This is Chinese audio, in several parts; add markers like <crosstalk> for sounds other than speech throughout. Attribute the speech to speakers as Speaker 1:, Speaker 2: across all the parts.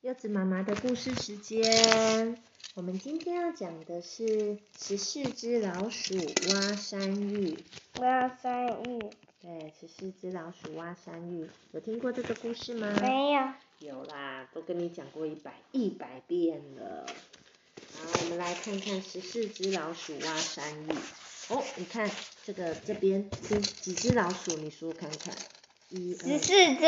Speaker 1: 柚子妈妈的故事时间，我们今天要讲的是十四只老鼠挖山芋。
Speaker 2: 挖山芋
Speaker 1: 对，十四只老鼠挖山芋，有听过这个故事吗？
Speaker 2: 没
Speaker 1: 嗯
Speaker 2: 有，
Speaker 1: 有啦，都跟你讲过一百一百遍了。好，我们来看看十四只老鼠挖山芋。哦，你看这个这边是几只老鼠？你数看看，一、
Speaker 2: 十
Speaker 1: 二、
Speaker 2: 四只，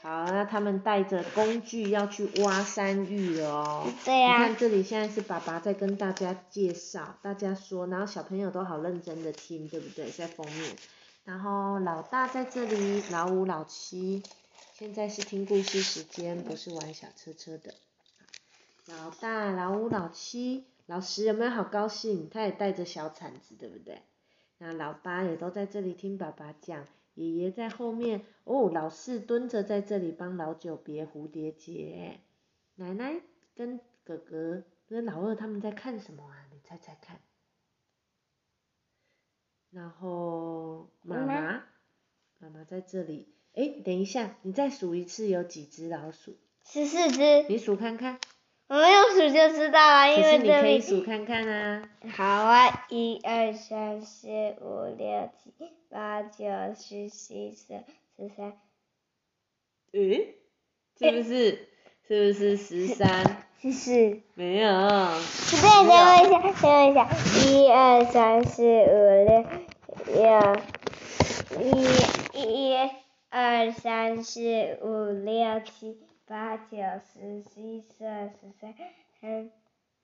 Speaker 1: 好，那他们带着工具要去挖山芋了哦。
Speaker 2: 对
Speaker 1: 你
Speaker 2: 呀、
Speaker 1: 看这里现在是爸爸在跟大家介绍，大家说，然后小朋友都好认真的听，对不对？在封面，然后老大在这里，老五、老七，现在是听故事时间，不是玩小车车的。老大、老五、老七，老十有没有好高兴？他也带着小铲子，对不对？那老八也都在这里听爸爸讲，爷爷在后面哦，老四蹲着在这里帮老九别蝴蝶结。奶奶跟哥哥跟老二他们在看什么啊？你猜猜看。然后妈
Speaker 2: 妈
Speaker 1: 妈，妈妈在这里。诶，等一下，你再数一次有几只老鼠？
Speaker 2: 十四只，
Speaker 1: 你数看看。
Speaker 2: 我没有数就知道了，
Speaker 1: 可
Speaker 2: 因
Speaker 1: 是
Speaker 2: 为
Speaker 1: 你
Speaker 2: 哎这
Speaker 1: 可以
Speaker 2: 里
Speaker 1: 数看看啊。
Speaker 2: 好啊，一二三四五六七八九十十一十二十三
Speaker 1: 诶，是不是？是不是十
Speaker 2: <laughs>
Speaker 1: 三？
Speaker 2: 十四。
Speaker 1: 没有。
Speaker 2: 对，等我一下，等我一下，一二三四五六六，一一二三四五六七八九十十一十二十三，嗯，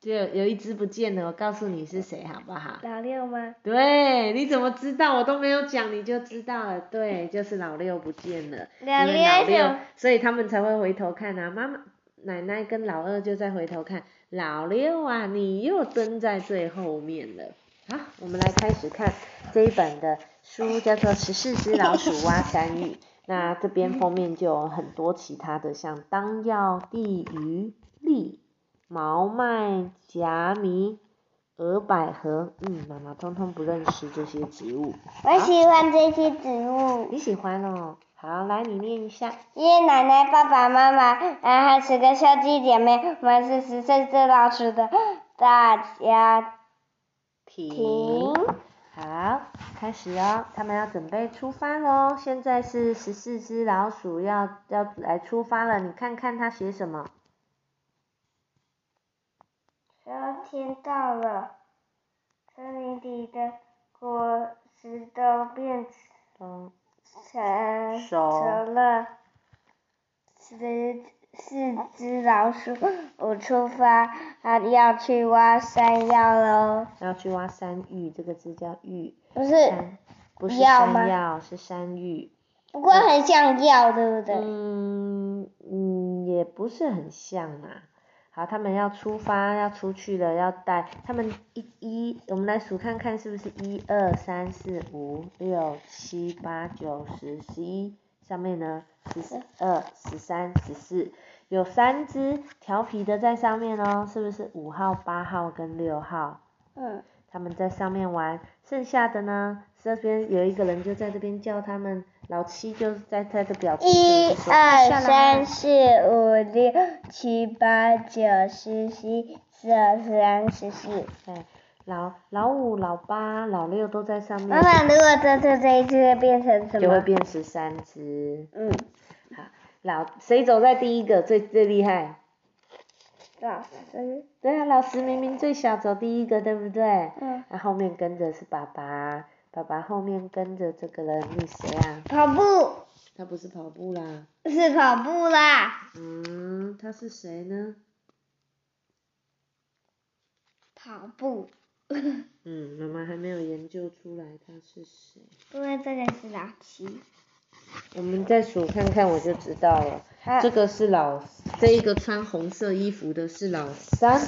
Speaker 1: 就有一只不见了，我告诉你是谁好不好？
Speaker 2: 老六吗？
Speaker 1: 对，你怎么知道？我都没有讲，你就知道了。对，就是老六不见了，
Speaker 2: 老
Speaker 1: 因为老
Speaker 2: 六
Speaker 1: 六，所以他们才会回头看啊。妈妈、奶奶跟老二就在回头看，老六啊，你又蹲在最后面了。好，我们来开始看这一本的书，叫做《十四只老鼠挖山芋》。那这边封面就有很多其他的，像当药、地榆、栗、毛麦、夹米、鹅百合，嗯，妈妈通通不认识这些植物。
Speaker 2: 我喜欢这些植物，
Speaker 1: 你喜欢哦？好，来你念一下。
Speaker 2: 爷爷奶奶、爸爸妈妈，然后十个兄弟姐妹，我们是十四只老鼠的大家
Speaker 1: 停
Speaker 2: 庭。。
Speaker 1: 好，开始哦，他们要准备出发喽。现在是十四只老鼠要要来出发了，你看看它写什么？
Speaker 2: 然后呃天到了，森林里的果实都变
Speaker 1: 嗯，
Speaker 2: 成
Speaker 1: 熟
Speaker 2: 熟了。十四只老鼠，我出发，啊，要去挖山药喽。
Speaker 1: 要去挖山芋，这个字叫芋，
Speaker 2: 不是，
Speaker 1: 山不是
Speaker 2: 药吗
Speaker 1: 山药，是山芋。
Speaker 2: 不过很像药，对不对？
Speaker 1: 嗯嗯，也不是很像啊。好，他们要出发，要出去了，要带他们一一，我们来数看看是不是一二三四五六七八九十十一，上面呢十二十三十四，有三只调皮的在上面哦，是不是五号、八号跟六号？
Speaker 2: 嗯，
Speaker 1: 他们在上面玩，剩下的呢，这边有一个人就在这边叫他们，老七就在他的表情
Speaker 2: 一
Speaker 1: 上说哎
Speaker 2: 二三，
Speaker 1: 下来
Speaker 2: 四五六七八九十十一十二十三十四。
Speaker 1: 对，哎老老五、老八、老六都在上
Speaker 2: 妈
Speaker 1: 面，
Speaker 2: 妈，如果这次这一次会变成什么？
Speaker 1: 就会变十三只。
Speaker 2: 嗯，
Speaker 1: 好，老谁走在第一个最最厉害？
Speaker 2: 老师，
Speaker 1: 对啊，老十明明最小，走第一个，对不对？
Speaker 2: 嗯，
Speaker 1: 那、后面跟着是爸爸，爸爸后面跟着这个人是谁啊？
Speaker 2: 跑步
Speaker 1: 他不是跑步啦，
Speaker 2: 是跑步啦，
Speaker 1: 嗯，他是谁呢？
Speaker 2: 跑步， <laughs>
Speaker 1: 嗯，妈妈还没有研究出来他是谁。
Speaker 2: 因为这个是老七，
Speaker 1: 我们再数看看，我就知道了。这个是老，这一个穿红色衣服的是老三，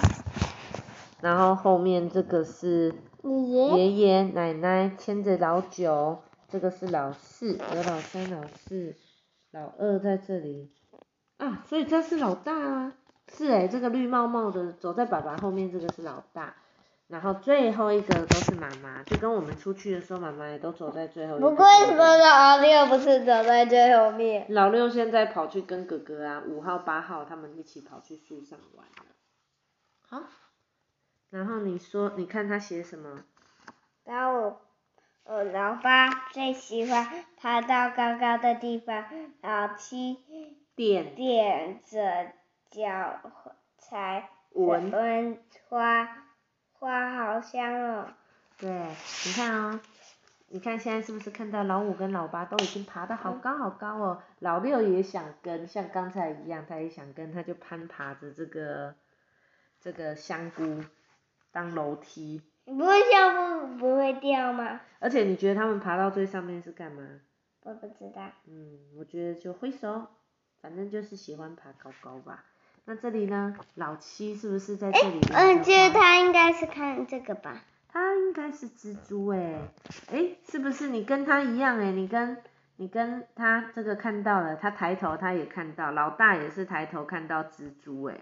Speaker 1: 然后后面这个是
Speaker 2: 你
Speaker 1: 爷爷奶奶牵着老九，这个是老四，有老三、老四、老二在这里啊，所以他是老大啊。是诶、这个绿帽帽的走在爸爸后面，这个是老大。然后最后一个都是妈妈，就跟我们出去的时候，妈妈也都走在最后一个。
Speaker 2: 不过为什么老六不是走在最后面？
Speaker 1: 老六现在跑去跟哥哥啊，五号、八号他们一起跑去树上玩了。好，然后你说，你看他写什么？
Speaker 2: 然后我，我老八最喜欢爬到高高的地方，老七
Speaker 1: 电
Speaker 2: 踮着脚踩
Speaker 1: 蚊
Speaker 2: 闻花，花好香哦。
Speaker 1: 对，你看哦，你看现在是不是看到老五跟老八都已经爬得
Speaker 2: 嗯
Speaker 1: 好高好高哦？老六也想跟，像刚才一样，他也想跟，他就攀爬着这个这个香菇当楼梯。
Speaker 2: 你不会笑不不会掉吗？
Speaker 1: 而且你觉得他们爬到最上面是干嘛？
Speaker 2: 我不知道。
Speaker 1: 嗯，我觉得就挥手，反正就是喜欢爬高高吧。那这里呢，老七是不是在这里？
Speaker 2: 我觉得嗯他应该是看这个吧。
Speaker 1: 他应该是蜘蛛哎、哎、是不是你跟他一样哎、你跟你跟他这个看到了，他抬头他也看到，老大也是抬头看到蜘蛛哎、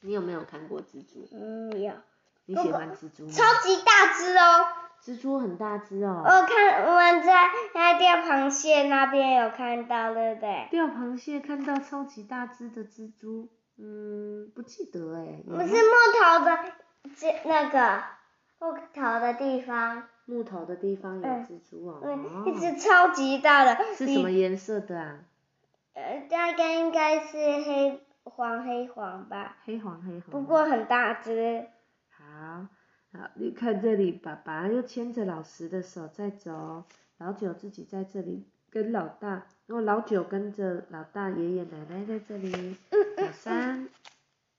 Speaker 1: 你有没有看过蜘蛛？
Speaker 2: 嗯，有。
Speaker 1: 你喜欢蜘蛛吗？
Speaker 2: 超级大只哦！
Speaker 1: 蜘蛛很大只哦、
Speaker 2: 我看我们在在钓螃蟹那边有看到，对不对？
Speaker 1: 钓螃蟹看到超级大只的蜘蛛，嗯，不记得哎、有
Speaker 2: 不
Speaker 1: 吗
Speaker 2: 是木头的这那个木头的地方，
Speaker 1: 木头的地方有
Speaker 2: 嗯
Speaker 1: 蜘蛛哦、
Speaker 2: 嗯，
Speaker 1: 哦
Speaker 2: 一只超级大的，
Speaker 1: 是
Speaker 2: 比
Speaker 1: 什么？颜色的啊？
Speaker 2: 呃，大概应该是黑黄黑黄吧，
Speaker 1: 黑黄黑黄。
Speaker 2: 不过很大只。
Speaker 1: 好，好，你看这里，爸爸又牵着老十的手在走，老九自己在这里跟老大，然后老九跟着老大爷爷奶奶在这里，老三，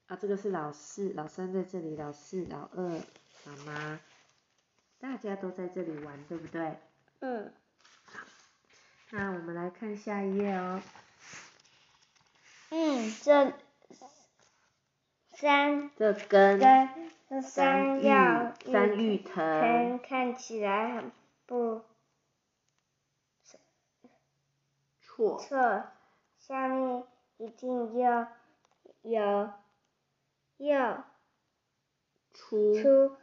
Speaker 1: 啊，这个是老四，老三在这里，老四、老二、妈妈，大家都在这里玩，对不对？
Speaker 2: 嗯，
Speaker 1: 那我们来看下一页哦。
Speaker 2: 嗯，这山
Speaker 1: 这根
Speaker 2: 跟这山
Speaker 1: 山
Speaker 2: 药
Speaker 1: 芋山芋藤，
Speaker 2: 藤看起来很不
Speaker 1: 错，
Speaker 2: 错，下面一定要有又
Speaker 1: 出
Speaker 2: 粗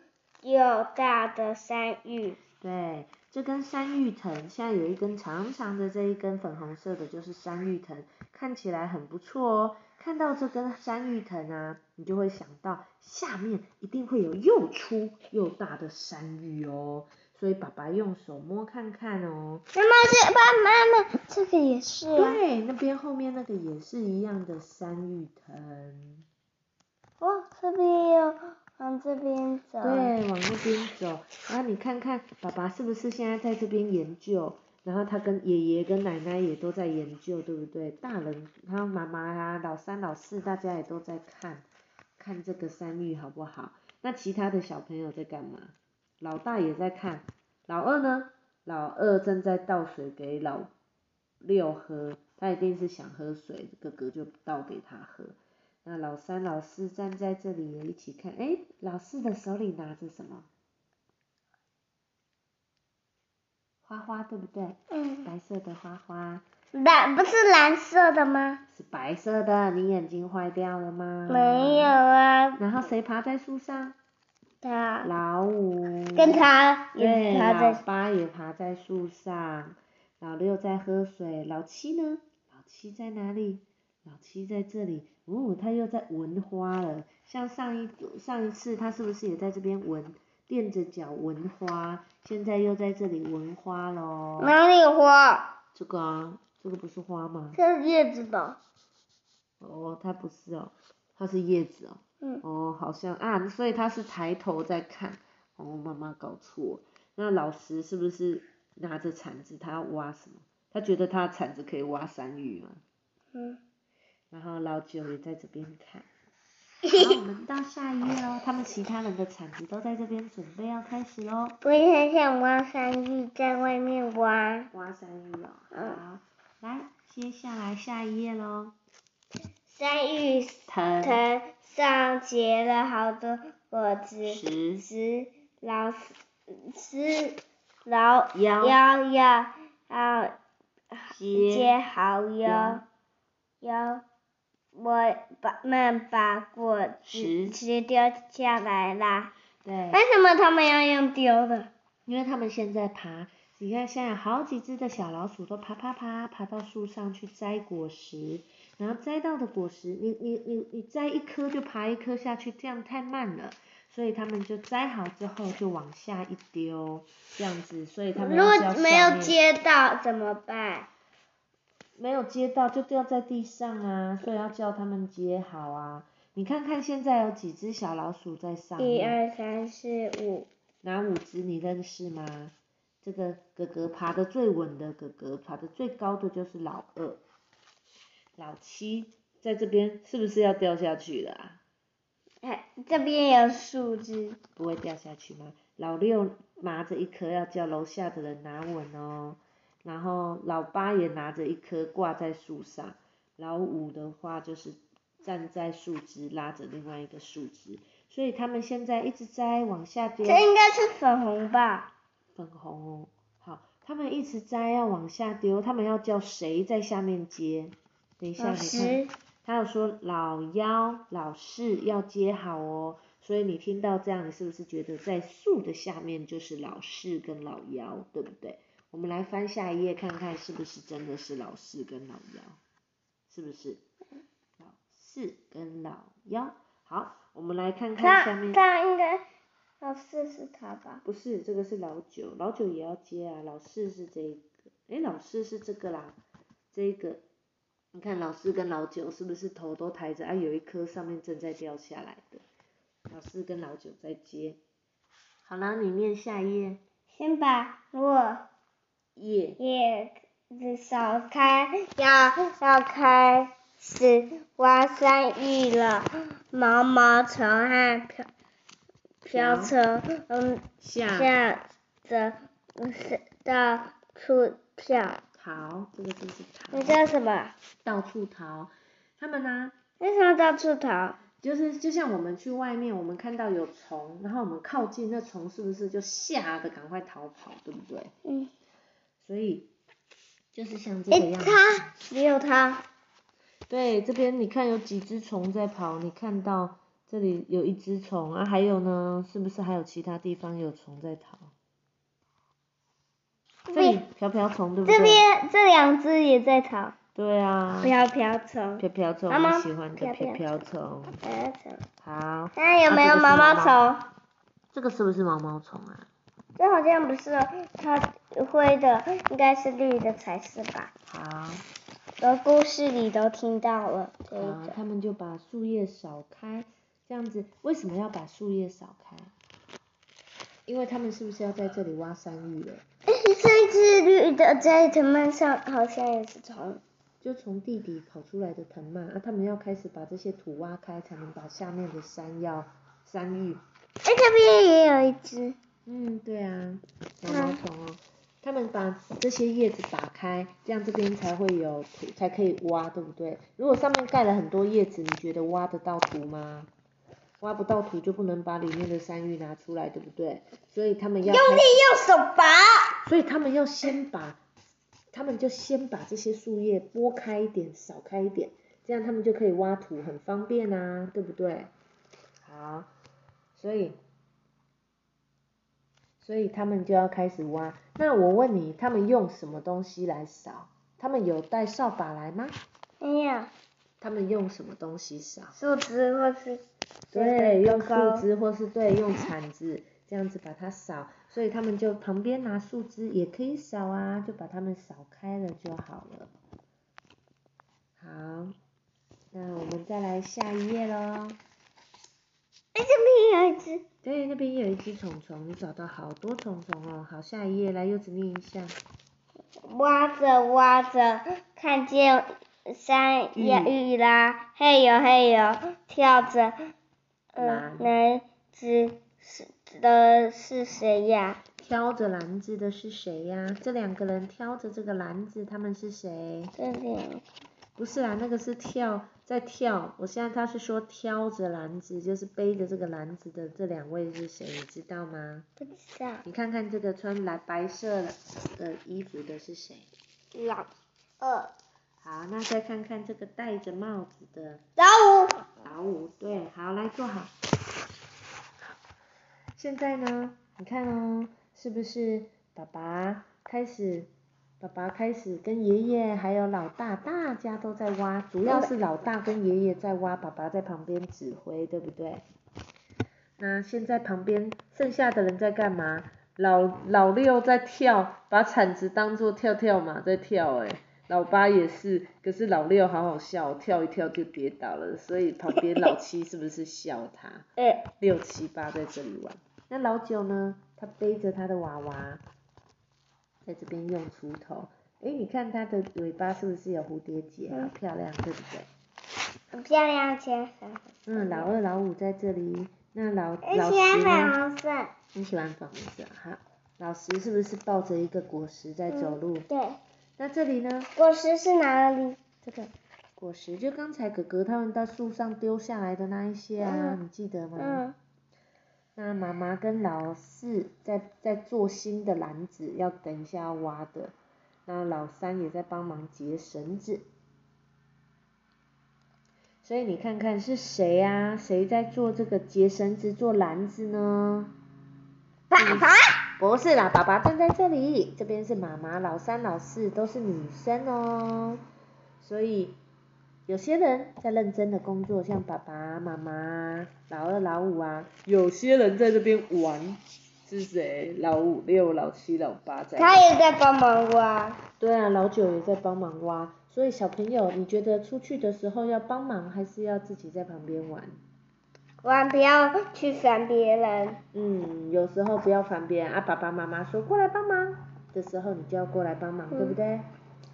Speaker 2: 又大的山芋。
Speaker 1: 对，这根山芋藤，现在有一根长长的这一根粉红色的，就是山芋藤，看起来很不错哦。看到这根山芋藤啊，你就会想到下面一定会有又粗又大的山芋哦。所以爸爸用手摸看看哦。
Speaker 2: 妈妈这爸妈妈这个也是啊。
Speaker 1: 对，那边后面那个也是一样的山芋藤。
Speaker 2: 哇，哦这边也有往这边走。
Speaker 1: 对，往那边走。然后你看看爸爸是不是现在在这边研究，然后他跟爷爷跟奶奶也都在研究，对不对？大人，还有妈妈啊，老三、老四，大家也都在看，看这个山芋好不好？那其他的小朋友在干嘛？老大也在看，老二呢？老二正在倒水给老六喝，他一定是想喝水，哥哥就倒给他喝。那老三、老四站在这里也一起看，诶，老四的手里拿着什么？花花对不对？
Speaker 2: 嗯，
Speaker 1: 白色的花花
Speaker 2: 蓝不是蓝色的吗？
Speaker 1: 是白色的，你眼睛坏掉了吗？
Speaker 2: 没有。啊，
Speaker 1: 然后谁爬在树上？
Speaker 2: 它
Speaker 1: 老五。
Speaker 2: 跟它
Speaker 1: 对，
Speaker 2: 也它
Speaker 1: 老
Speaker 2: 在
Speaker 1: 八也爬在树上，老六在喝水，老七呢？老七在哪里？老七在这里，哦，他又在闻花了。像上一上一次，他是不是也在这边闻，垫着脚闻花？现在又在这里闻花喽。
Speaker 2: 哪里有花？
Speaker 1: 这个啊，这个不是花吗？
Speaker 2: 这是叶子吧？
Speaker 1: 哦，它不是哦，它是叶子哦。
Speaker 2: 嗯
Speaker 1: 哦，好像啊，所以他是抬头在看。哦，妈妈搞错。那老师是不是拿着铲子，他要挖什么？他觉得他的铲子可以挖山芋吗？
Speaker 2: 嗯，
Speaker 1: 然后老九也在这边看。好，我们到下一页哦。他们其他人的铲子都在这边准备要开始喽。
Speaker 2: 我也很想挖山芋，在外面挖。
Speaker 1: 挖山芋哦。
Speaker 2: 嗯
Speaker 1: 好，来，接下来下一页喽。
Speaker 2: 山芋
Speaker 1: 藤
Speaker 2: 藤上结了好多果子，
Speaker 1: 十
Speaker 2: 十老十老
Speaker 1: 腰
Speaker 2: 幺要要
Speaker 1: 接
Speaker 2: 接好腰腰，我把们把果
Speaker 1: 十
Speaker 2: 子吃掉下来啦。
Speaker 1: 对，
Speaker 2: 为什么他们要用丢的？
Speaker 1: 因为他们现在爬，你看现在有好几只的小老鼠都爬爬爬爬到树上去摘果实，然后摘到的果实，你你你你摘一颗就爬一颗下去，这样太慢了，所以他们就摘好之后就往下一丢，这样子，所以他们
Speaker 2: 如果
Speaker 1: 要叫
Speaker 2: 没
Speaker 1: 下
Speaker 2: 有
Speaker 1: 面
Speaker 2: 接到怎么办？
Speaker 1: 没有接到就掉在地上啊，所以要叫他们接好啊。你看看现在有几只小老鼠在上
Speaker 2: 一
Speaker 1: 面，
Speaker 2: 二三四五，
Speaker 1: 哪五只你认识吗？这个哥哥爬的最稳的哥哥，爬的最高的就是老二，老七在这边是不是要掉下去了啊？
Speaker 2: 哎，这边有树枝，
Speaker 1: 不会掉下去吗？老六拿着一颗要叫楼下的人拿稳哦，然后老八也拿着一颗挂在树上，老五的话就是站在树枝拉着另外一个树枝，所以他们现在一直在往下
Speaker 2: 这
Speaker 1: 丢
Speaker 2: 应该是粉红吧？
Speaker 1: 粉红哦，好，他们一直在要往下丢，他们要叫谁在下面接？等一下
Speaker 2: 老
Speaker 1: 你看，
Speaker 2: 师，
Speaker 1: 他有说老幺、老四要接好哦，所以你听到这样，你是不是觉得在树的下面就是老四跟老幺，对不对？我们来翻下一页看看，是不是真的是老四跟老幺？是不是？老四跟老幺。好，我们来看看下
Speaker 2: 他
Speaker 1: 面。
Speaker 2: 他应该老师是他吧？
Speaker 1: 不是，这个是老九，老九也要接啊。老四是这一个，诶，老四是这个啦，这一个。你看老四跟老九是不是头都抬着啊？有一颗上面正在掉下来的，老四跟老九在接。好啦，你念下一页。
Speaker 2: 先把落
Speaker 1: 页
Speaker 2: 叶子扫开，要要开始挖山芋了。毛毛虫和飘飘车，嗯，
Speaker 1: 下
Speaker 2: 下着嗯是到处跳。
Speaker 1: 逃，这个字是
Speaker 2: 那
Speaker 1: 逃，
Speaker 2: 叫什么？
Speaker 1: 到处逃。他们呢、
Speaker 2: 为什么到处逃？
Speaker 1: 就是就像我们去外面，我们看到有虫，然后我们靠近那虫，是不是就吓得赶快逃跑，对不对？
Speaker 2: 嗯，
Speaker 1: 所以就是像这个
Speaker 2: 诶，
Speaker 1: 样子。
Speaker 2: 它只有它，
Speaker 1: 对，这边你看有几只虫在跑，你看到这里有一只虫啊，还有呢，是不是还有其他地方有虫在逃？这里瓢瓢虫对不
Speaker 2: 这
Speaker 1: 对？
Speaker 2: 边这两只也在逃，
Speaker 1: 对啊，
Speaker 2: 飘飘虫，
Speaker 1: 瓢瓢虫
Speaker 2: 妈妈
Speaker 1: 你喜欢的
Speaker 2: 瓢
Speaker 1: 瓢
Speaker 2: 瓢
Speaker 1: 瓢虫。
Speaker 2: 飘飘虫。
Speaker 1: 好，
Speaker 2: 那有没有毛毛虫？
Speaker 1: 这个是不是毛毛虫啊？
Speaker 2: 这好像不是哦，它灰的应该是绿的才是吧？
Speaker 1: 好。
Speaker 2: 我故事里都听到了这一
Speaker 1: 啊，
Speaker 2: 个，
Speaker 1: 他们就把树叶扫开，这样子为什么要把树叶扫开？因为他们是不是要在这里挖山芋了？
Speaker 2: 诶这只绿的在藤蔓上好像也是虫，
Speaker 1: 就从地底跑出来的藤蔓啊，他们要开始把这些土挖开，才能把下面的山药、山芋，
Speaker 2: 哎，这边也有一只，
Speaker 1: 嗯，对啊，毛毛虫哦，他们把这些叶子打开，这样这边才会有土，才可以挖，对不对？如果上面盖了很多叶子，你觉得挖得到土吗？挖不到土就不能把里面的山芋拿出来，对不对？所以他们要
Speaker 2: 用
Speaker 1: 开
Speaker 2: 力用手拔，
Speaker 1: 所以他们要先把，他们就先把这些树叶拨开一点，少开一点，这样他们就可以挖土，很方便啊，对不对？好，所以，所以他们就要开始挖。那我问你，他们用什么东西来扫？他们有带扫把来吗？
Speaker 2: 没有
Speaker 1: 他们用什么东西扫？
Speaker 2: 哎树枝或是
Speaker 1: 对，用
Speaker 2: 高
Speaker 1: 树枝或是对用铲子这样子把它扫，所以他们就旁边拿树枝也可以扫啊，就把它们扫开了就好了。好，那我们再来下一页喽。
Speaker 2: 哎，这边有一只，
Speaker 1: 对，那边也有一只虫虫，你找到好多虫虫哦。好，下一页来，柚子念一下。
Speaker 2: 挖着挖着，看见山
Speaker 1: 嗯
Speaker 2: 野芋啦，嘿呦嘿呦，跳着，
Speaker 1: 啦
Speaker 2: 嗯，那只是的是谁呀？
Speaker 1: 挑着篮子的是谁呀？这两个人挑着这个篮子，他们是谁？
Speaker 2: 这里，
Speaker 1: 不是啊啦，那个是跳，在跳。我现在他是说挑着篮子，就是背着这个篮子的这两位是谁，你知道吗？
Speaker 2: 不知道，
Speaker 1: 你看看这个穿蓝白色的衣服的是谁？
Speaker 2: 老二，
Speaker 1: 好，那再看看这个戴着帽子的
Speaker 2: 老五，
Speaker 1: 老五，对，好，来坐好。现在呢，你看哦，是不是爸爸开始，爸爸开始跟爷爷还有老大，大家都在挖，主要是老大跟爷爷在挖，爸爸在旁边指挥，对不对？那现在旁边剩下的人在干嘛？老老六在跳，把铲子当做跳跳马在跳、欸，哎，老八也是，可是老六好好笑，跳一跳就跌倒了，所以旁边老七是不是笑他？
Speaker 2: 嗯，
Speaker 1: 六七八在这里玩。那老九呢？他背着他的娃娃，在这边用锄头。诶，你看它的尾巴是不是有蝴蝶结啊？
Speaker 2: 嗯
Speaker 1: 漂亮，对不对？
Speaker 2: 很漂亮，浅粉，
Speaker 1: 嗯，老二、老五在这里。那老老
Speaker 2: 浅
Speaker 1: 十
Speaker 2: 粉
Speaker 1: 呢？
Speaker 2: 红色，
Speaker 1: 你喜欢粉红色，好。老十是不是抱着一个果实在走路？
Speaker 2: 对，
Speaker 1: 那这里呢？
Speaker 2: 果实是哪里？
Speaker 1: 这个果实就刚才哥哥他们到树上丢下来的那一些啊，
Speaker 2: 嗯
Speaker 1: 你记得吗？
Speaker 2: 嗯，
Speaker 1: 那妈妈跟老四在在做新的篮子，要等一下要挖的。那老三也在帮忙结绳子。所以你看看是谁啊？谁在做这个结绳子、做篮子呢？
Speaker 2: 爸
Speaker 1: 嗯
Speaker 2: 爸，
Speaker 1: 不是啦，爸爸站在这里，这边是妈妈，老三、老四都是女生哦。所以有些人在认真的工作，像爸爸妈妈、老二、老五啊；有些人在这边玩，是谁？老五、六、老七、老八在
Speaker 2: 他也在帮忙挖，
Speaker 1: 对啊，老九也在帮忙挖。所以小朋友，你觉得出去的时候要帮忙，还是要自己在旁边玩？
Speaker 2: 玩不要去烦别人。
Speaker 1: 嗯，有时候不要烦别人啊，爸爸妈妈说过来帮忙的时候，你就要过来帮忙，对不对？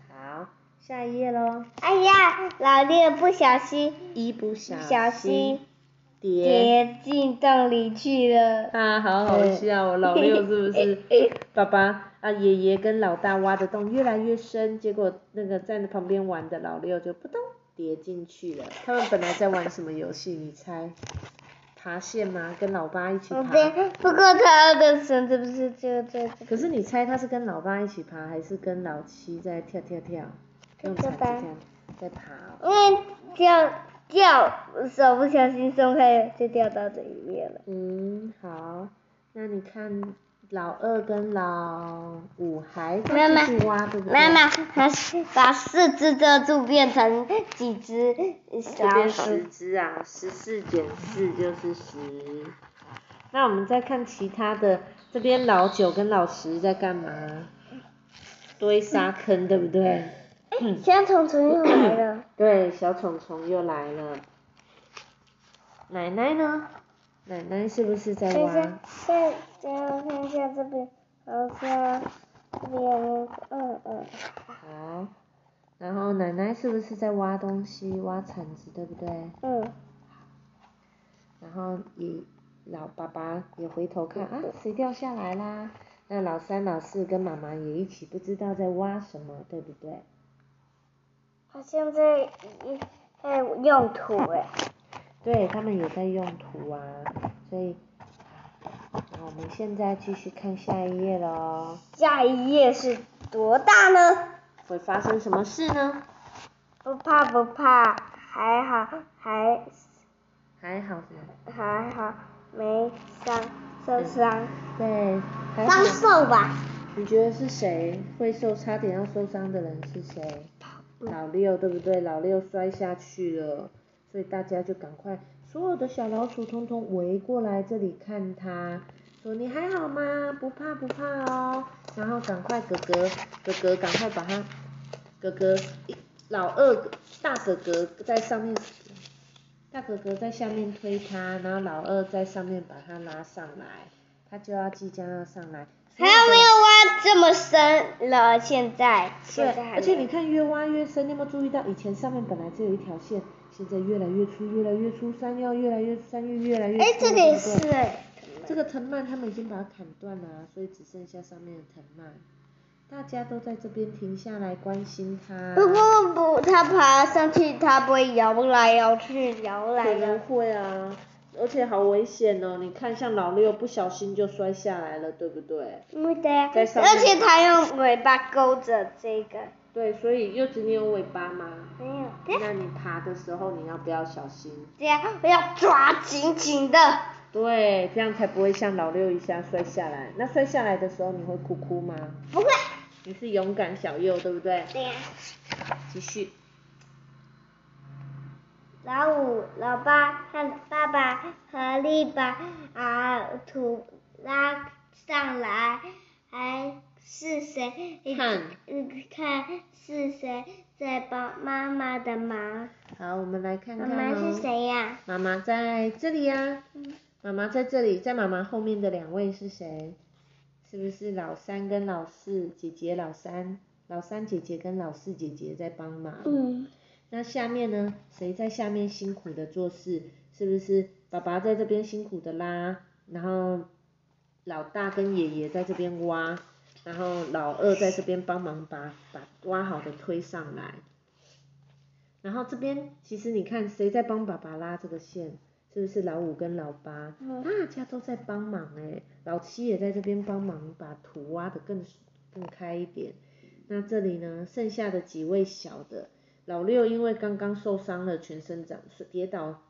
Speaker 1: 好，下一页喽。
Speaker 2: 哎呀，老六不小心
Speaker 1: 一不小
Speaker 2: 小心
Speaker 1: 跌，
Speaker 2: 跌进洞里去了。哎
Speaker 1: 啊，好好笑哦，老六是不
Speaker 2: <laughs>
Speaker 1: 是？爸爸啊，爷爷跟老大挖的洞越来越深，结果那个站在旁边玩的老六就扑通跌进去了。他们本来在玩什么游戏？你猜？爬线吗？跟老八一起
Speaker 2: 我
Speaker 1: 爬。
Speaker 2: 被哎不过他的绳子不是就在这
Speaker 1: 可是你猜他是跟老爸一起爬，还是跟老七在跳跳跳？用铲子这样在爬哦、
Speaker 2: 因为掉掉手不小心松开就掉到这里面了。
Speaker 1: 嗯，好，那你看老二跟老五还
Speaker 2: 妈
Speaker 1: 在
Speaker 2: 妈
Speaker 1: 继续挖，对不对？
Speaker 2: 妈妈，还是把四只遮住变成几只
Speaker 1: 这
Speaker 2: 小
Speaker 1: 边十
Speaker 2: 鼠？
Speaker 1: 只啊，十四减四就是十。那我们再看其他的，这边老九跟老十在干嘛？堆沙坑，对不对？
Speaker 2: 小虫虫又来了，
Speaker 1: 对，小虫虫又来了。奶奶呢？奶奶是不是在
Speaker 2: 等一下
Speaker 1: 挖？，
Speaker 2: 再再我看一下这边，好像这边有没有？嗯嗯，
Speaker 1: 好。然后奶奶是不是在挖东西？挖铲子，对不对？
Speaker 2: 嗯，
Speaker 1: 然后也老爸爸也回头看啊，谁掉下来啦？那老三、老四跟妈妈也一起不知道在挖什么，对不对？
Speaker 2: 好像在在用土哎，
Speaker 1: 对他们也在用途啊，所以那我们现在继续看下一页喽。
Speaker 2: 下一页是多大呢？
Speaker 1: 会发生什么事呢？
Speaker 2: 不怕不怕，还好还
Speaker 1: 还好呢，
Speaker 2: 还好没伤受伤，
Speaker 1: 对，还
Speaker 2: 伤
Speaker 1: 好。
Speaker 2: 受吧。
Speaker 1: 你觉得是谁会受差点要受伤的人是谁？老六对不对？老六摔下去了，所以大家就赶快，所有的小老鼠通通围过来这里看他，说你还好吗？不怕不怕哦。然后赶快哥哥哥哥赶快把他哥哥一老二大哥哥在上面，大哥哥在下面推他，然后老二在上面把他拉上来，他就要即将要上来。
Speaker 2: 还有没有挖这么深了？现在
Speaker 1: 对
Speaker 2: 现在，还
Speaker 1: 而且
Speaker 2: 没
Speaker 1: 你看越挖越深，你有没有注意到？以前上面本来只有一条线，现在越来越粗，越来越粗，山药越来越山芋越来越粗。
Speaker 2: 哎，这个也
Speaker 1: 对不对
Speaker 2: 是哎，
Speaker 1: 这个藤蔓他们已经把它砍断了啊、所以只剩下上面的藤蔓。大家都在这边停下来关心它。
Speaker 2: 不过不，它爬上去，它不会摇来摇去，摇
Speaker 1: 可
Speaker 2: 来摇
Speaker 1: 能。会啊，而且好危险哦！你看，像老六不小心就摔下来了，对不对？
Speaker 2: 嗯，对啊，
Speaker 1: 在上面
Speaker 2: 而且它用尾巴勾着这个，
Speaker 1: 对，所以柚子你有尾巴吗？
Speaker 2: 没有，对啊
Speaker 1: 那你爬的时候你要不要小心？
Speaker 2: 对啊，我要抓紧紧的。
Speaker 1: 对，这样才不会像老六一下摔下来。那摔下来的时候，你会哭哭吗？
Speaker 2: 不会，
Speaker 1: 你是勇敢小右，对不对？
Speaker 2: 对呀、啊
Speaker 1: 继续。
Speaker 2: 老五、老八和爸爸合力把啊土拉上来，还是谁？
Speaker 1: 看
Speaker 2: 嗯，看是谁在帮妈妈的忙？
Speaker 1: 好，我们来看
Speaker 2: 妈
Speaker 1: 看、哦、
Speaker 2: 妈是谁呀、
Speaker 1: 妈妈在这里呀、
Speaker 2: 嗯
Speaker 1: 妈妈在这里，在妈妈后面的两位是谁？是不是老三跟老四？姐姐老三，老三姐姐跟老四姐姐在帮忙。
Speaker 2: 嗯，
Speaker 1: 那下面呢？谁在下面辛苦的做事？是不是爸爸在这边辛苦的拉，然后老大跟爷爷在这边挖，然后老二在这边帮忙把把挖好的推上来。然后这边其实你看谁在帮爸爸拉这个线？是不是老五跟老八？
Speaker 2: 嗯
Speaker 1: 大家都在帮忙哎、老七也在这边帮忙把土挖的更更开一点。那这里呢，剩下的几位小的，老六因为刚刚受伤了，全身长跌倒，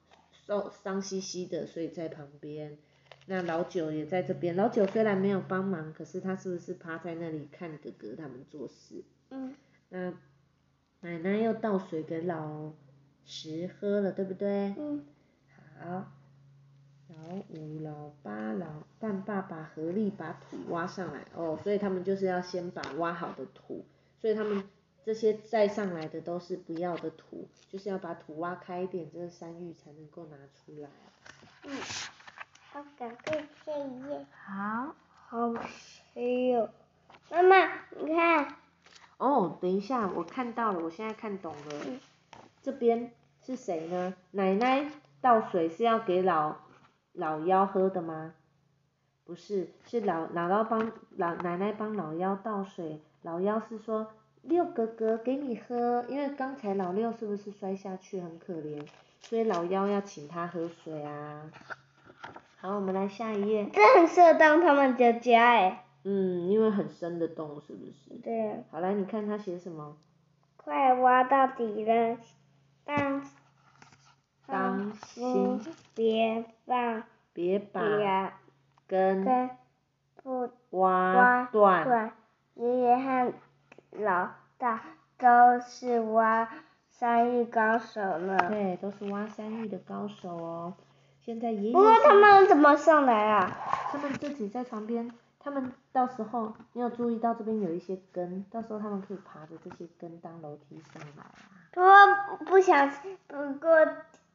Speaker 1: 受伤兮兮的，所以在旁边。那老九也在这边，老九虽然没有帮忙，可是他是不是趴在那里看哥哥他们做事？
Speaker 2: 嗯，
Speaker 1: 那奶奶又倒水给老十喝了，对不对？
Speaker 2: 嗯，
Speaker 1: 好，老五、老八、老伴爸爸合力把土挖上来哦，所以他们就是要先把挖好的土，所以他们这些再上来的都是不要的土，就是要把土挖开一点，这个山芋才能够拿出来。
Speaker 2: 好，赶快下一页。
Speaker 1: 好，
Speaker 2: 好黑哟、妈妈，你看，
Speaker 1: 哦，等一下，我看到了，我现在看懂了，这边是谁呢？奶奶倒水是要给老老幺喝的吗？不是，是老姥姥帮老奶奶帮老幺倒水，老幺是说六哥哥给你喝，因为刚才老六是不是摔下去很可怜，所以老幺要请他喝水啊。好，我们来下一页。
Speaker 2: 这很适合当他们的家哎。
Speaker 1: 嗯，因为很深的洞是不是？
Speaker 2: 对，
Speaker 1: 好来，你看他写什么？
Speaker 2: 快挖到底了，但
Speaker 1: 当
Speaker 2: 不
Speaker 1: 心
Speaker 2: 别放
Speaker 1: 别把
Speaker 2: 别
Speaker 1: 根
Speaker 2: 跟不
Speaker 1: 挖
Speaker 2: 挖
Speaker 1: 断。
Speaker 2: 断。爷爷和老大都是挖山芋高手了。
Speaker 1: 对，都是挖山芋的高手哦。现在爷爷
Speaker 2: 不过他
Speaker 1: 是
Speaker 2: 们怎么上来啊？
Speaker 1: 他们自己在床边，他们到时候你有注意到这边有一些根，到时候他们可以爬着这些根当楼梯上来啊。
Speaker 2: 不过不想，不过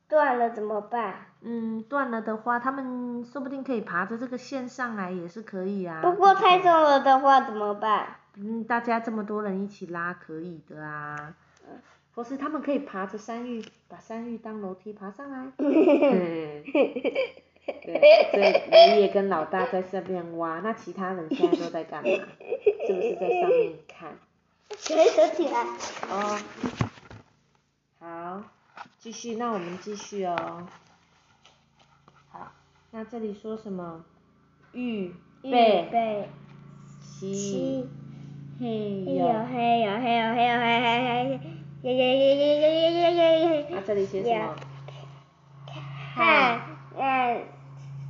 Speaker 2: 断了怎么办？
Speaker 1: 嗯，断了的话，他们说不定可以爬着这个线上来也是可以啊。
Speaker 2: 不过
Speaker 1: 对
Speaker 2: 太
Speaker 1: 不
Speaker 2: 重
Speaker 1: 对
Speaker 2: 了的话怎么办？
Speaker 1: 嗯，大家这么多人一起拉可以的啊。或是他们可以爬着山芋，把山芋当楼梯爬上来。嗯对，所以爷爷跟老大在上面挖，那其他人现在都在干嘛？是不是在上面看？
Speaker 2: 可以走起来。
Speaker 1: 哦，好，继续，那我们继续哦。好，那这里说什么？预备
Speaker 2: 备
Speaker 1: 起，
Speaker 2: 起，
Speaker 1: 嘿
Speaker 2: 嘿
Speaker 1: 呦，
Speaker 2: 呦嘿呦嘿呦嘿呦嘿嘿嘿嘿，耶耶耶耶耶耶耶耶
Speaker 1: 那
Speaker 2: 耶。
Speaker 1: 这里写什么
Speaker 2: 呀？看，看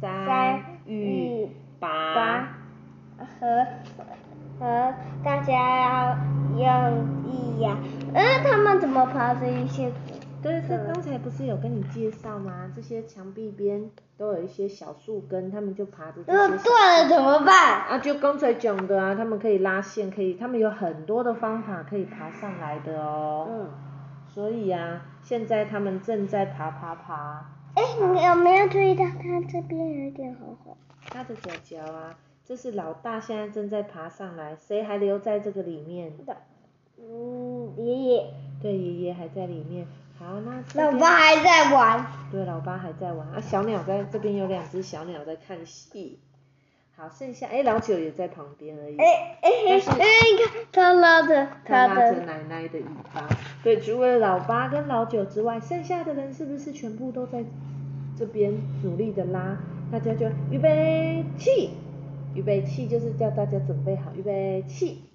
Speaker 1: 三
Speaker 2: 三
Speaker 1: 预
Speaker 2: 预
Speaker 1: 八
Speaker 2: 八。和和大家要用力呀。嗯，他们怎么爬这一些？
Speaker 1: 对，这
Speaker 2: 嗯
Speaker 1: 刚才不是有跟你介绍吗？这些墙壁边都有一些小树根，他们就爬着这
Speaker 2: 如果
Speaker 1: 些小
Speaker 2: 断了怎么办？
Speaker 1: 啊，就刚才讲的啊，他们可以拉线，可以，他们有很多的方法可以爬上来的哦。
Speaker 2: 嗯，
Speaker 1: 所以啊，现在他们正在爬爬爬，
Speaker 2: 哎，你有没有注意到它这边有一点红红？
Speaker 1: 他的脚脚啊，这是老大现在正在爬上来，谁还留在这个里面？
Speaker 2: 嗯，爷爷，
Speaker 1: 对，爷爷还在里面。好，那这
Speaker 2: 老
Speaker 1: 边
Speaker 2: 爸还在玩。
Speaker 1: 对，老八还在玩啊，小鸟在这边有两只小鸟在看戏。好，剩下哎、老九也在旁边而已，
Speaker 2: 哎哎哎哎，你看他拉着
Speaker 1: 嗯他
Speaker 2: 他
Speaker 1: 拉着
Speaker 2: 的，
Speaker 1: 奶奶的尾巴。对，除了老八跟老九之外，剩下的人是不是全部都在这边努力的拉？大家就预备起，预备起就是叫大家准备好，预备起。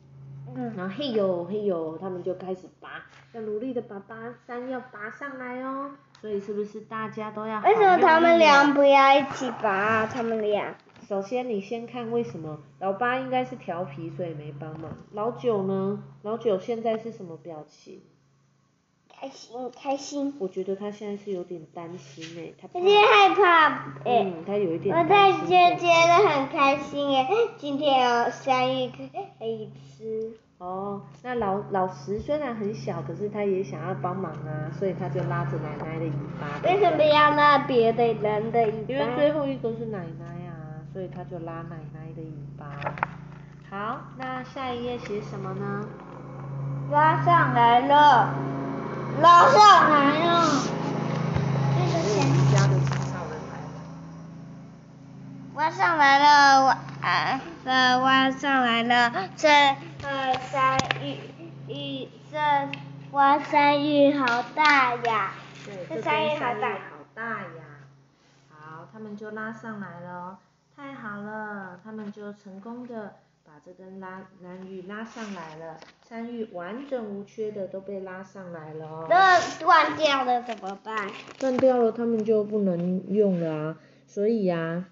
Speaker 2: 嗯，
Speaker 1: 然后嘿呦嘿呦，他们就开始拔，要努力的把拔山要拔上来哦。所以是不是大家都要？
Speaker 2: 为什么他们俩？不要一起拔啊？他们俩
Speaker 1: 首先你先看为什么老八应该是调皮，所以没帮忙。老九呢？老九现在是什么表情？嗯
Speaker 2: 开心开心，
Speaker 1: 我觉得他现在是有点担心诶、他怕
Speaker 2: 有点害怕诶、
Speaker 1: 嗯，他有一点
Speaker 2: 我
Speaker 1: 担
Speaker 2: 在
Speaker 1: 心
Speaker 2: 觉觉得很开心诶、今天有山芋可以吃。
Speaker 1: 哦，那老老石虽然很小，可是他也想要帮忙啊，所以他就拉着奶奶的尾巴。
Speaker 2: 为什么要拉别的人的尾
Speaker 1: 因为最
Speaker 2: 巴？
Speaker 1: 后一个是奶奶啊，所以他就拉奶奶的尾巴。好，那下一页写什么呢？
Speaker 2: 拉上来了，拉上来了。那个
Speaker 1: 我
Speaker 2: 谁
Speaker 1: 们家的青少人来了。
Speaker 2: 挖上来了，挖啊呃挖上来了，这呃山芋芋这挖山芋好大呀！
Speaker 1: 对，
Speaker 2: 这
Speaker 1: 这
Speaker 2: 山
Speaker 1: 边
Speaker 2: 也好
Speaker 1: 山
Speaker 2: 大
Speaker 1: 也好大呀。好，他们就拉上来了哦，太好了，他们就成功的把这根拉蓝玉拉上来了，山芋完整无缺的都被拉上来了哦。
Speaker 2: 那断掉了怎么办？
Speaker 1: 断掉了，他们就不能用了啊。所以呀、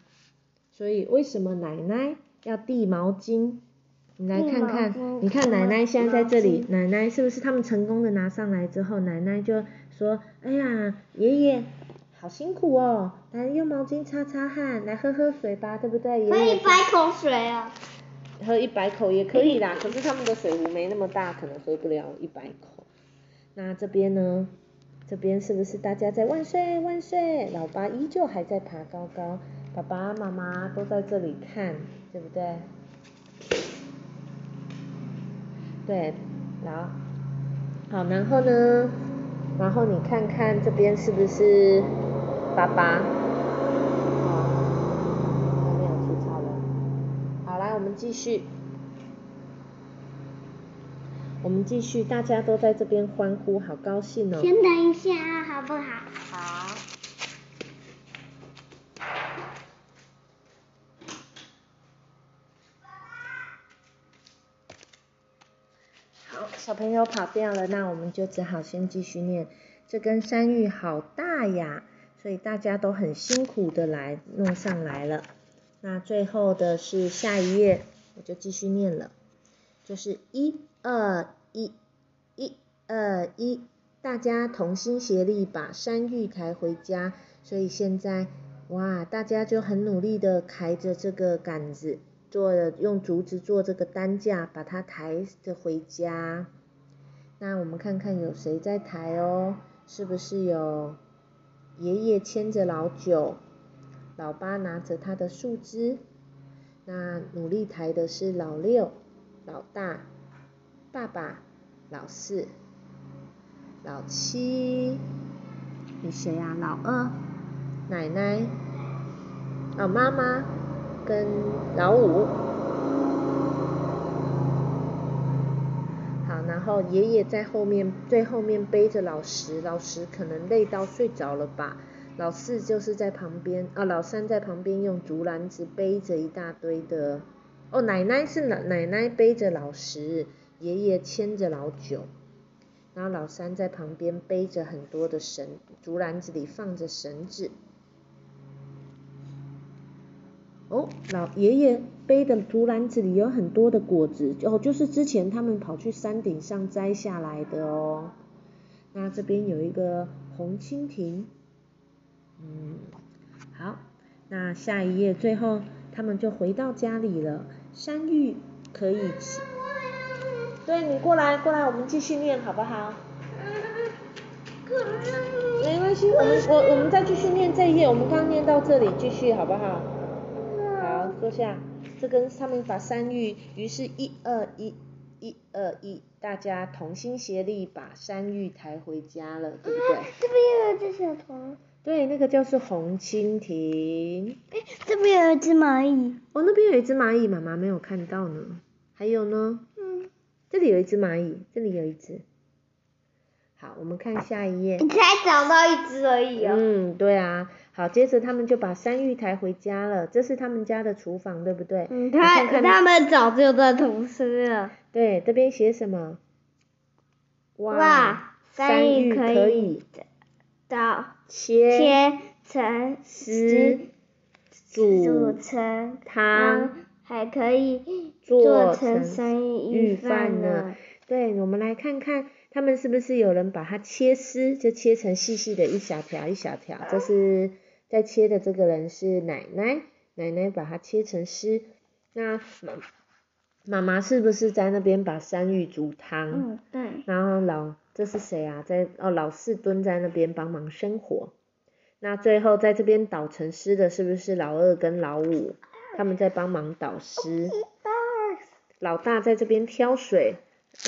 Speaker 1: 所以为什么奶奶要递毛巾？你来看
Speaker 2: 递毛巾
Speaker 1: 看，你看奶奶现在在这
Speaker 2: 递
Speaker 1: 里，奶奶是不是他们成功的拿上来之后，奶奶就说：“哎呀，爷爷好辛苦哦，来用毛巾擦擦汗，来喝喝水吧，对不对？”
Speaker 2: 可
Speaker 1: 爷
Speaker 2: 以
Speaker 1: 爷
Speaker 2: 白口水啊！
Speaker 1: 喝一百口也可以啦，可是他们的水壶没那么大，可能喝不了一百口。那这边呢？这边是不是大家在万岁万岁？老八依旧还在爬高高，爸爸妈妈都在这里看，对不对？对，然后好，然后呢？然后你看看这边是不是爸爸？哦，还没有出操了。好，来，我们继续。我们继续，大家都在这边欢呼，好高兴哦！
Speaker 2: 先等一下啊，好不好？
Speaker 1: 好。好，小朋友跑掉了，那我们就只好先继续念。这根山芋好大呀，所以大家都很辛苦的来弄上来了。那最后的是下一页，我就继续念了，就是一二一，一二一，大家同心协力把山芋抬回家。所以现在哇，大家就很努力的抬着这个杆子，做了用竹子做这个担架，把它抬着回家。那我们看看有谁在抬哦？是不是有爷爷牵着老九，老八拿着他的树枝？那努力抬的是老六、老大、爸爸、老四、老七，有谁啊？老二、奶奶、哦妈妈跟老五。好，然后爷爷在后面，最后面背着老十，老十可能累到睡着了吧。老四就是在旁边，啊，老三在旁边用竹篮子背着一大堆的。哦，奶奶是奶奶奶背着老十，爷爷牵着老九。然后老三在旁边背着很多的绳，竹篮子里放着绳子。哦，老爷爷背的竹篮子里有很多的果子，哦，就是之前他们跑去山顶上摘下来的哦。那这边有一个红蜻蜓，嗯，好，那下一页最后他们就回到家里了。山芋可以吃，对你过来过来，我们继续念好不好？没关系，我们我我们再继续念这一页，我们刚念到这里，继续好不好？好，坐下。这跟他们把山芋，于是一二一，一二一，大家同心协力把山芋抬回家了，对不对？
Speaker 2: 这边有一只小虫，
Speaker 1: 对，那个就是红蜻蜓。
Speaker 2: 诶这边有一只蚂蚁。
Speaker 1: 哦，那边有一只蚂蚁，妈妈没有看到呢。还有呢？
Speaker 2: 嗯，
Speaker 1: 这里有一只蚂蚁，这里有一只。好，我们看下一页。
Speaker 2: 你才找到一只而已哦。
Speaker 1: 嗯，对啊。好，接着他们就把山芋抬回家了。这是他们家的厨房，对不对？
Speaker 2: 嗯，
Speaker 1: 你
Speaker 2: 他
Speaker 1: 看看
Speaker 2: 他们早就在同吃了。
Speaker 1: 对，这边写什么？
Speaker 2: 哇，三
Speaker 1: 玉
Speaker 2: 玉
Speaker 1: 可
Speaker 2: 可
Speaker 1: 以
Speaker 2: 到
Speaker 1: 切
Speaker 2: 切成
Speaker 1: 丝
Speaker 2: 煮
Speaker 1: 煮
Speaker 2: 成
Speaker 1: 汤，
Speaker 2: 还可以
Speaker 1: 做
Speaker 2: 做
Speaker 1: 成
Speaker 2: 成生
Speaker 1: 御
Speaker 2: 意
Speaker 1: 饭
Speaker 2: 饭
Speaker 1: 呢
Speaker 2: 呢。。
Speaker 1: 对，我们来看看他们是不是有人把它切丝，就切成细细的一小条一小条。这是在切的这个人是奶奶，奶奶把它切成丝。那妈妈妈是不是在那边把山芋煮汤？
Speaker 2: 嗯，对，
Speaker 1: 然后老这是谁啊？在哦，老四蹲在那边帮忙生火。那最后在这边捣成诗的是不是老二跟老五？他们在帮忙捣诗。老大在这边挑水。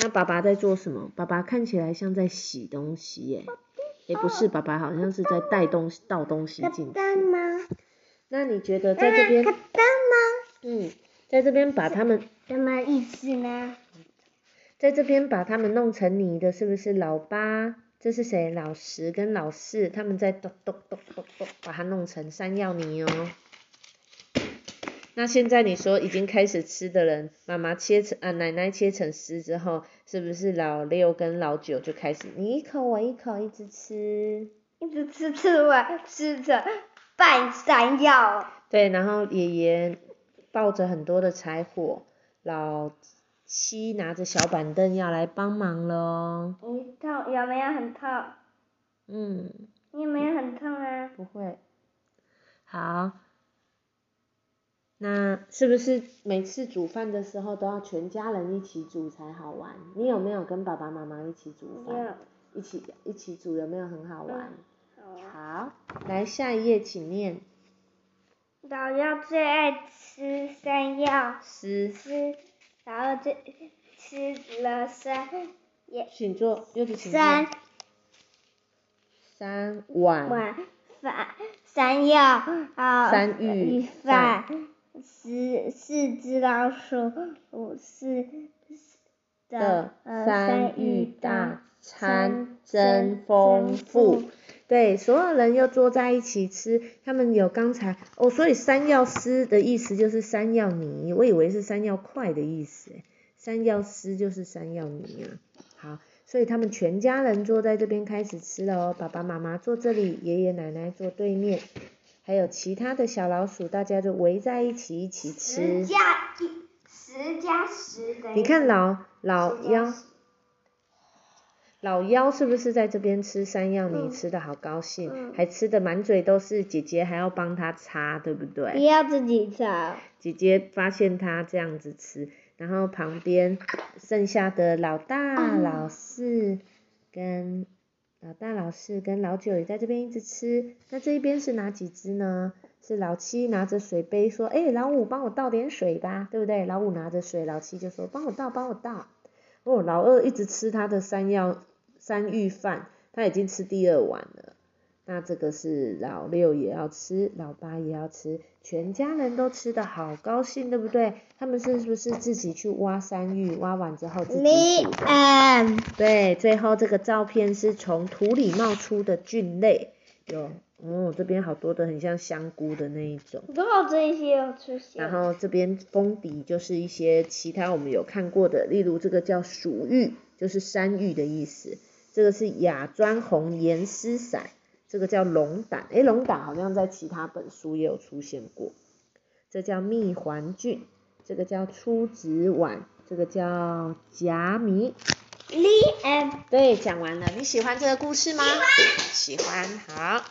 Speaker 1: 那爸爸在做什么？爸爸看起来像在洗东西耶。也不是，爸爸好像是在带东西倒东西
Speaker 2: 卡
Speaker 1: 进去。
Speaker 2: 蛋吗？
Speaker 1: 那你觉得在这边
Speaker 2: 卡，蛋吗？
Speaker 1: 嗯，在这边把他们，
Speaker 2: 什么意思呢？
Speaker 1: 在这边把他们弄成泥的，是不是老八？这是谁？老十跟老四，他们在咚咚咚咚咚把它弄成山药泥哦。那现在你说已经开始吃的人，妈妈切成啊奶奶切成丝之后，是不是老六跟老九就开始你一口我一口一直吃？
Speaker 2: 一直吃吃完吃着半山药，
Speaker 1: 对，然后爷爷抱着很多的柴火，老七拿着小板凳要来帮忙了哦。
Speaker 2: 你痛有没有很痛？
Speaker 1: 嗯，
Speaker 2: 你有没有很痛啊？
Speaker 1: 不会。好，那是不是每次煮饭的时候都要全家人一起煮才好玩？你有没有跟爸爸妈妈一起煮
Speaker 2: 没有
Speaker 1: 饭？一起一起煮有没有很好玩？
Speaker 2: 好啊。
Speaker 1: 好，来下一页，请念
Speaker 2: 老幺最爱吃山药，
Speaker 1: 诗，
Speaker 2: 吃老二最吃了山也
Speaker 1: 请坐，柚子请坐。
Speaker 2: 山
Speaker 1: 三碗
Speaker 2: 碗饭山药啊
Speaker 1: 山芋
Speaker 2: 饭十四只老鼠五四
Speaker 1: 的
Speaker 2: 呃
Speaker 1: 三
Speaker 2: 芋
Speaker 1: 玉大餐
Speaker 2: 餐
Speaker 1: 真
Speaker 2: 真
Speaker 1: 丰
Speaker 2: 丰
Speaker 1: 富
Speaker 2: 富。
Speaker 1: 对，所有人又坐在一起吃，他们有刚才哦，所以山药丝的意思就是山药泥，我以为是山药块的意思，诶山药丝就是山药泥啊。好，所以他们全家人坐在这边开始吃了哦，爸爸妈妈坐这里，爷爷奶奶坐对面，还有其他的小老鼠，大家就围在一起一起吃。
Speaker 2: 十加一十加十等于
Speaker 1: 你看老老
Speaker 2: 十加
Speaker 1: 幺
Speaker 2: 十
Speaker 1: 老幺是不是在这边吃山药泥，
Speaker 2: 嗯
Speaker 1: 吃的好高兴，
Speaker 2: 嗯
Speaker 1: 还吃的满嘴都是，姐姐还要帮他擦，对不
Speaker 2: 不
Speaker 1: 对？
Speaker 2: 要自己炒，
Speaker 1: 姐姐发现他这样子吃，然后旁边剩下的老大、
Speaker 2: 嗯
Speaker 1: 老四跟老大、老四跟老九也在这边一直吃，那这一边是哪几只呢？是老七拿着水杯说：“哎、老五帮我倒点水吧，对不对？”老五拿着水，老七就说：“帮我倒，帮我倒。”哦，老二一直吃他的山药山芋饭，他已经吃第二碗了。那这个是老六也要吃，老八也要吃，全家人都吃的好高兴，对不对？他们是不是自己去挖山芋，挖完之后自己
Speaker 2: 你
Speaker 1: 煮？
Speaker 2: 嗯
Speaker 1: 对，最后这个照片是从土里冒出的菌类，有，哦，这边好多的很像香菇的那一种。
Speaker 2: 怎么这一些有出现？
Speaker 1: 然后这边封底就是一些其他我们有看过的，例如这个叫蜀玉，就是山芋的意思。这个是雅砖红岩丝伞，这个叫龙胆。诶，龙胆好像在其他本书也有出现过。这叫蜜环菌，这个叫粗子碗，这个叫夹米。
Speaker 2: 你嗯。
Speaker 1: 对，讲完了。你喜欢这个故事吗？喜欢。好，